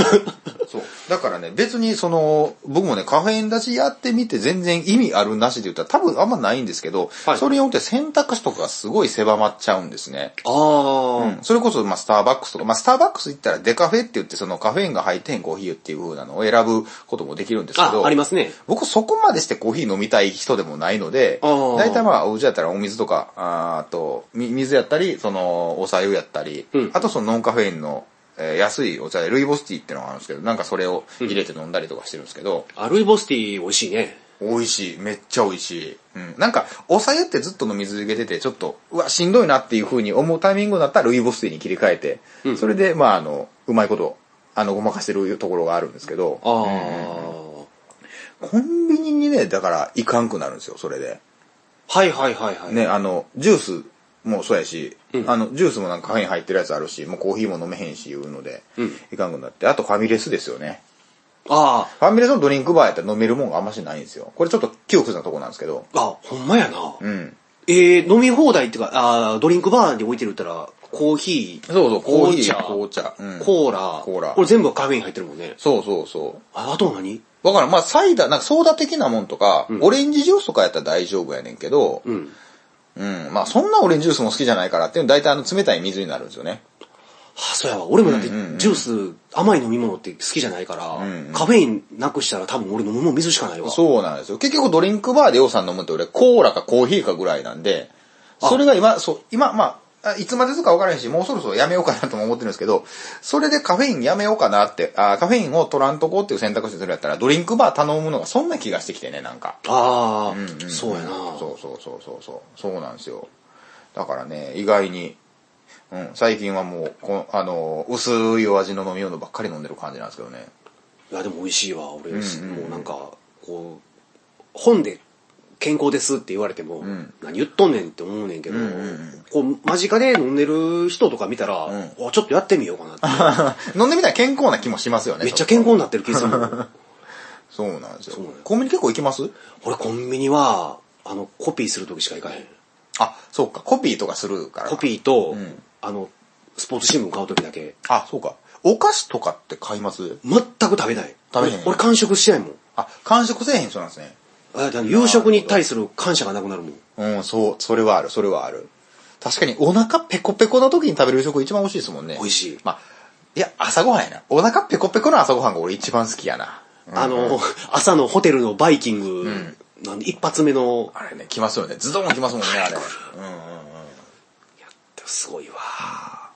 そう。だからね、別にその、僕もね、カフェイン出しやってみて全然意味あるなしで言ったら多分あんまないんですけど、はいそれによって選択肢とかがすごい狭まっちゃうんですね。ああ、うんそれこそ、まあ、スターバックスとか、まあ、スターバックス行ったらデカフェって言って、そのカフェインが入ってへんコーヒーっていう風なのを選ぶこともできるんですけあ、ど、ありますね。僕そこまでしてコーヒー飲みたい人でもないので、あー大体まあ、お家やったらお水とか、あーあと、み水やったり、その、お茶湯やったり、うんあとそのノンカフェインの、えー安いお茶でルイボスティーってのがあるんですけど、なんかそれを入れて飲んだりとかしてるんですけど、アルイボスティー美味しいね。美味しい。めっちゃ美味しい。うん。なんか、おさゆってずっと飲み続けてて、ちょっと、うわ、しんどいなっていう風に思うタイミングになったら、ルイボスティーに切り替えて、それで、まあ、あの、うまいこと、あの、ごまかしてるところがあるんですけど、ああ、コンビニにね、だから、いかんくなるんですよ、それで。はいはいはいはい。ね、あの、ジュースもそうやし、あの、ジュースもなんかカフェイン入ってるやつあるし、もうコーヒーも飲めへんし、言うので、うんいかんくなって。あと、ファミレスですよね。あファミレスのドリンクバーやったら飲めるもんがあんましないんですよ。これちょっと窮屈なとこなんですけど、あ、あ、ほんまやな。うん。えー、飲み放題っていうか、あードリンクバーに置いてるったら、コーヒー、そうそう、コーヒー、紅紅茶。うんコーラ、コーラこれ全部カフェイン入ってるもんね。そうそうそあ、あと何う。だからまあサイダー、なんかソーダ的なもんとか、んオレンジジュースとかやったら大丈夫やねんけど、ううん。ん。まあそんなオレンジジュースも好きじゃないからっていうの大体あの冷たい水になるんですよね。あ、そうやわ。俺もだって、うジんうんうんュース、甘い飲み物って好きじゃないから、んうんカフェインなくしたら多分俺飲むもん水しかないわ。そうなんですよ。結局ドリンクバーで洋さん飲むって俺コーラかコーヒーかぐらいなんで、それが今、そう、今、まあ、あいつまでですか分からへんし、もうそろそろやめようかなとも思ってるんですけど、それでカフェインやめようかなって、あカフェインを取らんとこうっていう選択肢するやったら、ドリンクバー頼むのがそんな気がしてきてね、なんか。ああ、んんそうやな。そうそうそうそうそうそうなんですよだからね意外に、うん、最近はもうこのあの薄いお味の飲み物ばっかり飲んでる感じなんですけどねいや、でも美味しいわ。俺、んうんもうなんか、こう、本で健康ですって言われても、ん何言っとんねんって思うねんけど、んうんうんこう、間近で飲んでる人とか見たら、うあちょっとやってみようかなって。飲んでみたら健康な気もし <laughs> ますよねめっちゃ健康ょになってる気するもん。っとそうなんですよそうなんですコンビニ結構行きます俺、コンビニは、あの、コピーするときしか行かへん。あそうかコピーとかするからコピーと、うんあの、スポーツ新聞買うときだけ、あそうかお菓子とかって買います全く食べない。食べへん俺俺、完食しないもん。あ完食せえへん人なんですねあだから夕食に対する感謝がなくなるもん。うんそうそれはあるそれはある確かにお腹ペコペコの時に食べる食一番美味しいですもんね美味しいまあ、いや、朝ごはんやな。お腹ペコペコの朝ごはんが俺一番好きやな。あの、 <laughs> 朝のホテルのバイキング、なんで一発目の、あれね、来ますよね。ズドン来ますもんね、あれ。すごいわ。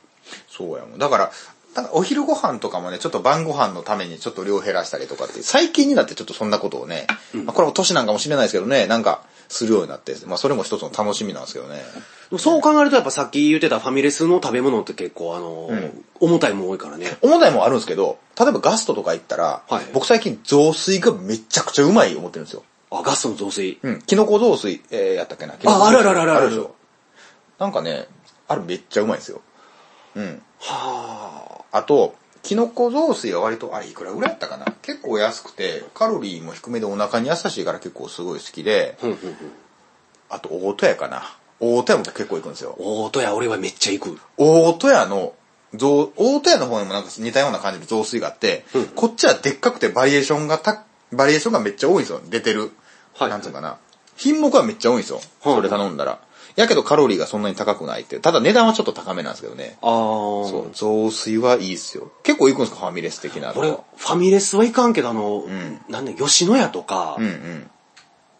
そうやもん。だから、なんかお昼ご飯とかもね、ちょっと晩ご飯のためにちょっと量減らしたりとかって、最近になってちょっとそんなことをね、まあ、これも年なんかもしれないですけどね、なんかするようになって、まあそれも一つの楽しみなんですけどね。でもそう考えるとやっぱさっき言ってたファミレスの食べ物って結構あの、重たいもん多いからね。問題もあるんですけど、例えばガストとか行ったら、はい僕最近雑炊がめちゃくちゃうまい思ってるんですよ。あ、ガストの雑炊。うん、キノコ雑炊、えー、やったっけな。キノコ雑あ、あ炊るあるあるある。でしょ。なんかね、あれめっちゃうまいですよ。うん。はあと、キノコ雑炊は割と、あれいくらぐらいやったかな結構安くて、カロリーも低めでお腹に優しいから結構すごい好きで、あ。うんうんうん。あと大戸屋かな。大戸屋も結構行くんですよ。大戸屋俺はめっちゃ行く。大戸屋の、雑大戸屋の方にもなんか似たような感じの雑炊があって、こっちはでっかくてバリエーションがた、バリエーションがめっちゃ多いんですよ。出てる。はいなんつうのかな。品目はめっちゃ多いんですよ。それ頼んだら。やけどカロリーがそんなに高くないっていう。ただ値段はちょっと高めなんですけどね。ああ。そう、雑炊はいいっすよ。結構行くんですかファミレス的なの俺、フは。ァミレスは行かんけどあの、んなんだ、吉野家とか、うんうん。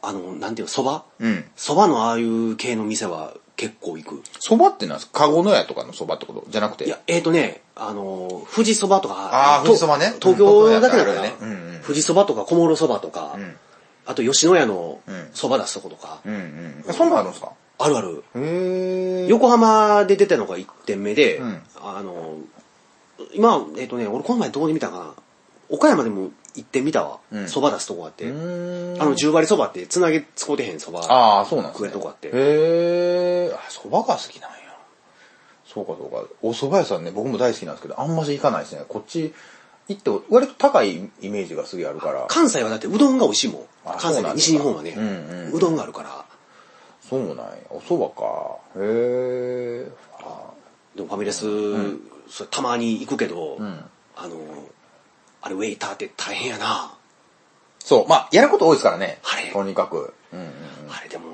あの、なんていうの、蕎麦うん。蕎麦のああいう系の店は結構行く。蕎麦ってなんですかカゴの屋とかの蕎麦ってことじゃなくて。いや、えっ、ー、とね、あのー、富士そばとか、あーと富士そばね東京だけだかうん東京だったらあら、るよねうんうん富士そばとか小諸そばとか、んあと吉野家のんそば出すとことか、うんうん。あそんなんあるんですかあるある。へー。横浜で出たのが1点目で、うんあのー、今、えっ、とね、俺この前どこで見たかな岡山でも行ってみたわん。蕎麦出すとこあって。うーんあの、十割蕎麦って、つなげ使うてへん蕎麦。ああ、そうなんです食えね。るとこあってへえ、あ、蕎麦が好きなんや。そうかそうか。お蕎麦屋さんね、僕も大好きなんですけど、あんまし行かないですね。こっち行って、割と高いイメージがすげえあるから。関西はだってうどんが美味しいもんあ。関そうなん西だの西日本はね、うんうんうどんがあるから。そうなんや。お蕎麦か。へえ。あでもファミレス、それたまに行くけど、んあの、あれウェイターって大変やな。そう、まあ、やること多いですからね。はいとにかく。うんうん。あれでも、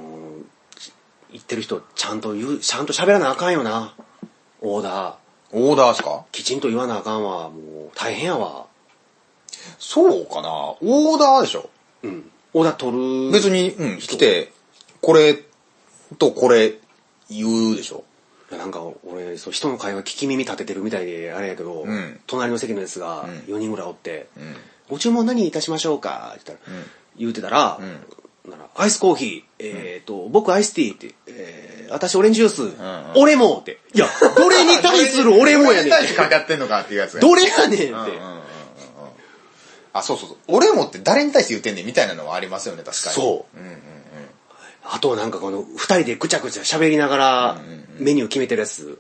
ち行ってる人、ちゃんと言う、ちゃんと喋らなあかんよな。オーダー。オーダーですかきちんと言わなあかんわ。もう、大変やわ。そうかな。オーダーでしょ。うん。オーダー取る。別に、うん、来て、これとこれ言うでしょ。いやなんか、俺、そう、人の会話聞き耳立ててるみたいで、あれやけど、ん隣の席のやつが、4人ぐらいおって、んご注文何いたしましょうかって言ったら、言うてたら、なら、アイスコーヒー、えっ、と、僕アイスティーって、えー、私オレンジジュース、ん俺もって。いや、どれに対する俺もどれやねんっ。に対しててかかってんのかっていうやつね <laughs> どれやねんって。あ、そうそうそう。俺もって誰に対して言ってんねんみたいなのはありますよね、確かに。そう。あとはなんかこの、二人でぐちゃぐちゃ喋りながら、メニュー決めてるやつ、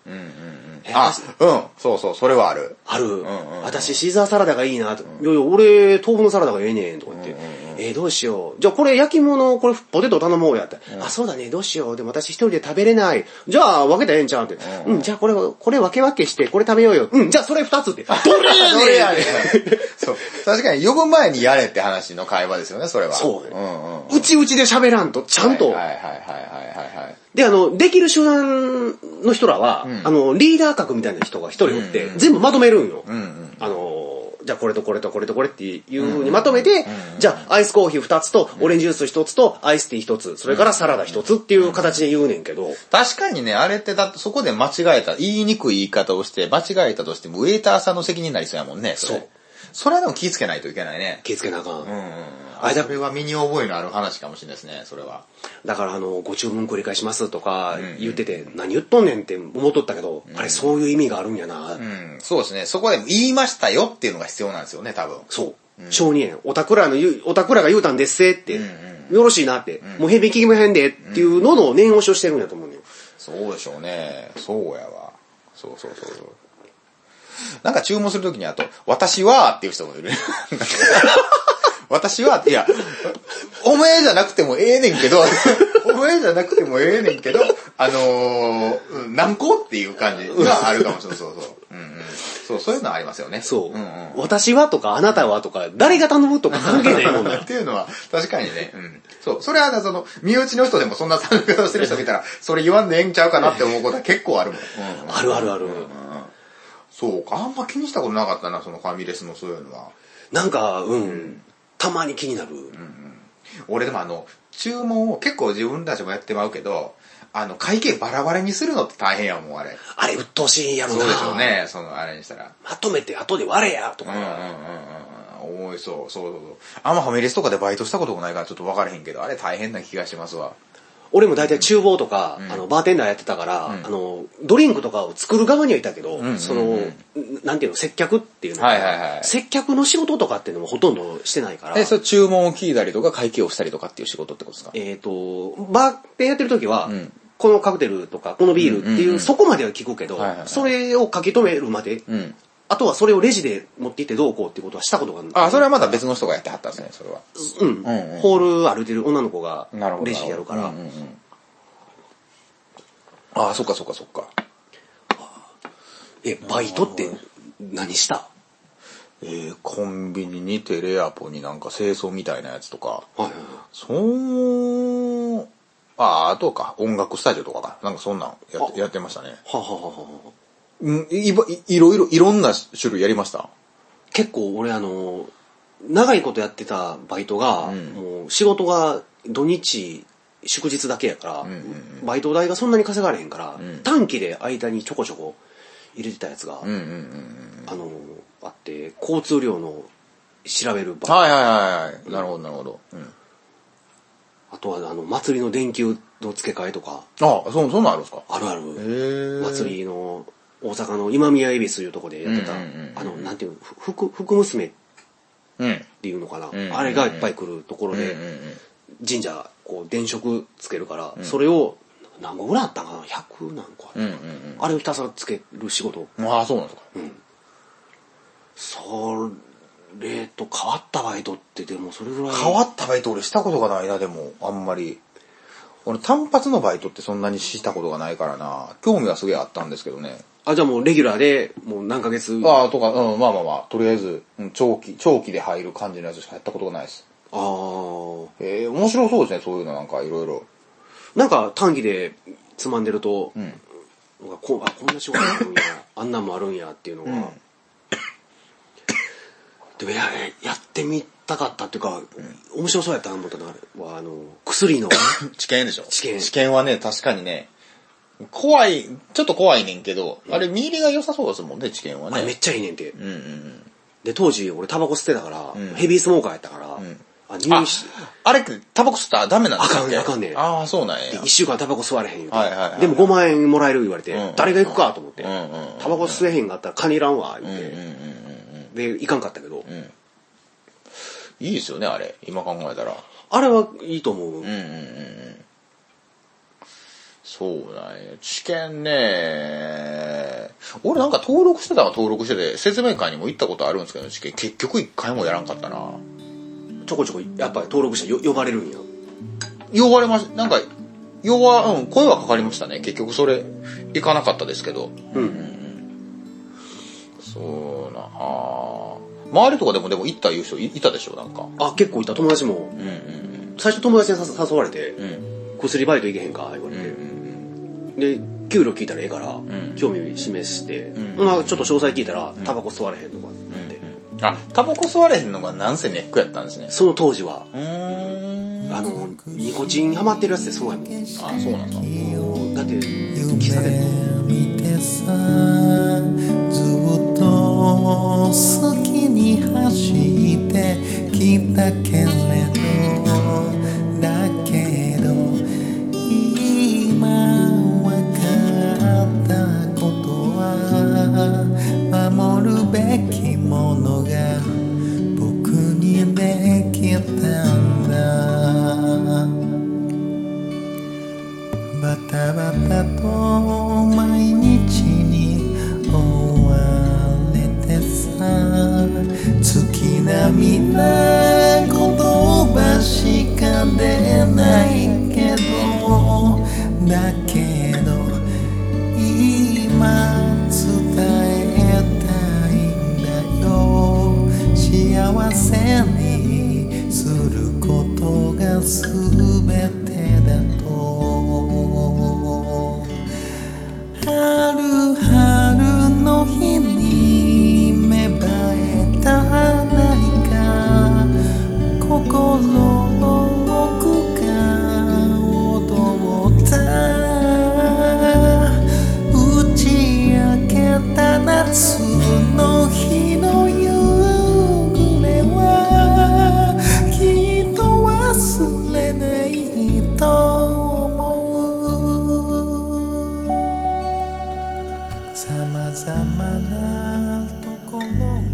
えあ、うん、そうそう、それはある。ある、んうん私シーザーサラダがいいなと、いやいや、俺、豆腐のサラダがええねんとか言って、えーどうしよう。じゃあこれ焼き物、これポテト頼もうやって、あ、そうだね、どうしよう。でも私一人で食べれない。じゃあ分けたらええんちゃうって、うん、じゃあこれ、これ分け分けして、これ食べようよ。うん、じゃあそれ二つって。どれ <laughs> やねんそれやねん <laughs> そう。確かに呼ぶ前にやれって話の会話ですよね、それは。そううんうん。うちうちで喋らんと、ちゃんと。はいはいはいはいはいはい。で、あの、できる集団の人らは、あの、リーダー格みたいな人が一人おって、全部まとめるんよ。あの、じゃあこれとこれとこれとこれっていう風にまとめて、じゃあアイスコーヒー二つと、オレンジジュース一つと、アイスティー一つ、それからサラダ一つっていう形で言うねんけど、確かにね、あれってだってそこで間違えた、言いにくい言い方をして、間違えたとしても、ウェイターさんの責任になりそうやもんね、それそう。それはでも気ぃつけないといけないね。気ぃつけなあかん。うんうんうん。ああ、れだそれは身に覚えのある話かもしれないですね、それは。だからあの、ご注文繰り返しますとか言ってて、何言っとんねんって思っとったけど、あれそういう意味があるんやな。うん、そうですね。そこで言いましたよっていうのが必要なんですよね、多分。そう。承認園。おたくらの言う、おたくらが言うたんですせって、よろしいなって、もう返品聞きまへんでっていうのの念押しをしてるんやと思うねん。そうでしょうね。そうやわ。そうそうそうそう。なんか注文するときにあと、私はっていう人もいる。 <laughs> 私はって、いや、お前じゃなくてもええねんけど、 <laughs> お前じゃなくてもええねんけど、あのーうん、難航っていう感じがあるかもしれない。そうそうそう。うんうん、そう、そういうのはありますよね。そう、うんうん私はとか、あなたはとか、誰が頼むとか関係ないもんなっ。ていうのは、確かにね、うん。そう。それは、その、身内の人でもそんな参加をしてる人見たら、それ言わんでええんちゃうかなって思うことは結構あるもん。うんうんあるあるある。そうか。あんま気にしたことなかったな、そのファミレスのそういうのは。なんか、うん、たまに気になる。俺でもあの、注文を結構自分たちもやってまうけど、あの、会計バラバラにするのって大変やもん、あれ。あれ、鬱陶しいやろそな。うでしょうね、その、あれにしたら。まとめて後で割れやとうか、んうんうんうん。思いそう、そうそうそう。あんまファミレスとかでバイトしたこともないからちょっと分からへんけど、あれ大変な気がしますわ。俺も大体厨房とか、あの、バーテンダーやってたから、あの、ドリンクとかを作る側にはいたけど、その、なんていうの、接客っていうのはいはいはい接客の仕事とかっていうのもほとんどしてないから。え、それ注文を聞いたりとか会計をしたりとかっていう仕事ってことですかえっ、と、バーってやってる時は、このカクテルとか、このビールっていう、そこまでは聞くけど、はいはいはいそれを書き留めるまで、んあとはそれをレジで持って行ってどうこうっていうことはしたことがあるあ、それはまだ別の人がやってはったんですね、それは。うん、んうんホール歩いてる女の子がなるほど。レジやるかうら、んうんうんあ、そっかそっかそっか。え、バイトって何したえーコンビニにテレアポになんか清掃みたいなやつとか。はいはいそう、あ、あとか、音楽スタジオとかか。なんかそんなんやっあてやってましたね。ははははうんいばいいろいろ、いろんな種類やりました。結構俺あの、長いことやってたバイトが、んもう仕事が土日、祝日だけやから、んバイト代がそんなに稼がれへんから、ん短期で間にちょこちょこ入れてたやつが、うんうんうんあの、あって、交通量の調べるうん。バイはいはいはいはい。なるほどなるほど。うん、ト、あとはあの、祭りの電球の付け替えとか、あ、そ、そんなんあるんですかあるあへる、ー祭りの、大阪の今宮恵比寿いうとこでやってた、うんうんうんうんあの、なんていうの、ふ福、福娘うん。ていうのかな、んあれがいっぱい来るところで、うんうん神社こう電飾つけるから、それを何個ぐらいあったんかな100何個ある、うんうんうんあれをひたすらつける仕事ああ、そうなんですか。それと変わったバイトってでもそれぐらい変わったバイト俺したことがないな、でも、あんまり。俺単発のバイトってそんなにしたことがないからな、興味はすげえあったんですけどね。あじゃあもうレギュラーでもう何ヶ月あああ、とか、うん、まあまあまあ、とりあえず、うん、長期、長期で入る感じのやつしかやったことがないです。あーええ面白そうですね、そういうのなんかいろい <laughs> ろ。なんか短期でつまんでると、なんかこうあこんな仕事ある <laughs> んやあんなんもあるんやっていうのが、でもややってみたかったっていうか、面白そうやったなと思ったのはあれはあの薬の治験でしょ治験治験はね、確かにね、怖い、ちょっと怖いねんけど、あれ見入りが良さそうですもんね、治験はあれめねっ。ちゃいいねんて、うんうんうん。で当時俺タバコ吸ってたから、ヘビースモーカーやったから、あ入あ院し、あれってタバコ吸ったらダメなんですあかんねあかんねああ、そうなんやで。一週間タバコ吸われへん言うて、はいはいはいでも5万円もらえる言われて、ん誰が行くかと思って、うんうんうんタバコ吸えへんかったら金いらんわ言うて、うんうんうんで行かんかったけど、いいですよね、あれ。今考えたら。あれはいいと思う、うんうんうんうん。そうなんや。治験ね俺なんか登録してたの登録してて、説明会にも行ったことあるんですけど、治験結局一回もやらんかったな。ちょこちょこやっぱり登録してよ呼ばれるんや呼ばれました。なんか、呼ば、うん、声はかかりましたね。結局それ、行かなかったですけど。うん、そうなあー周りとかでもでも行ったいう人いいたでしょ、なんか。あ結構いた友達も、うんうん最初友達に誘誘われて、うん。うん。薬バイト行けへんか言われて、で給料聞いたらええから、ん興味示して、うんまあちょっと詳細聞いたら、タバコ吸われへんとかって、あ、タバコ吸われへんのがなんせネックやったんですね。その当時はうーん。あのニコチンハマってるやつってそうやもんあ、そうなんだ。もうだって喫茶店夢見てさずっと好きに走ってきたけれどだけど今わかったことは守るべきものが僕にできたんだバタバタと毎日に追われてさ月並みな言葉しか出ないけどだけど今伝えたいんだよ幸せにすることが全てだと春春の日に芽生えた何か心の奥が踊った打ち明けた夏の日の夕暮れはきっと忘れないと思うさまざまなところを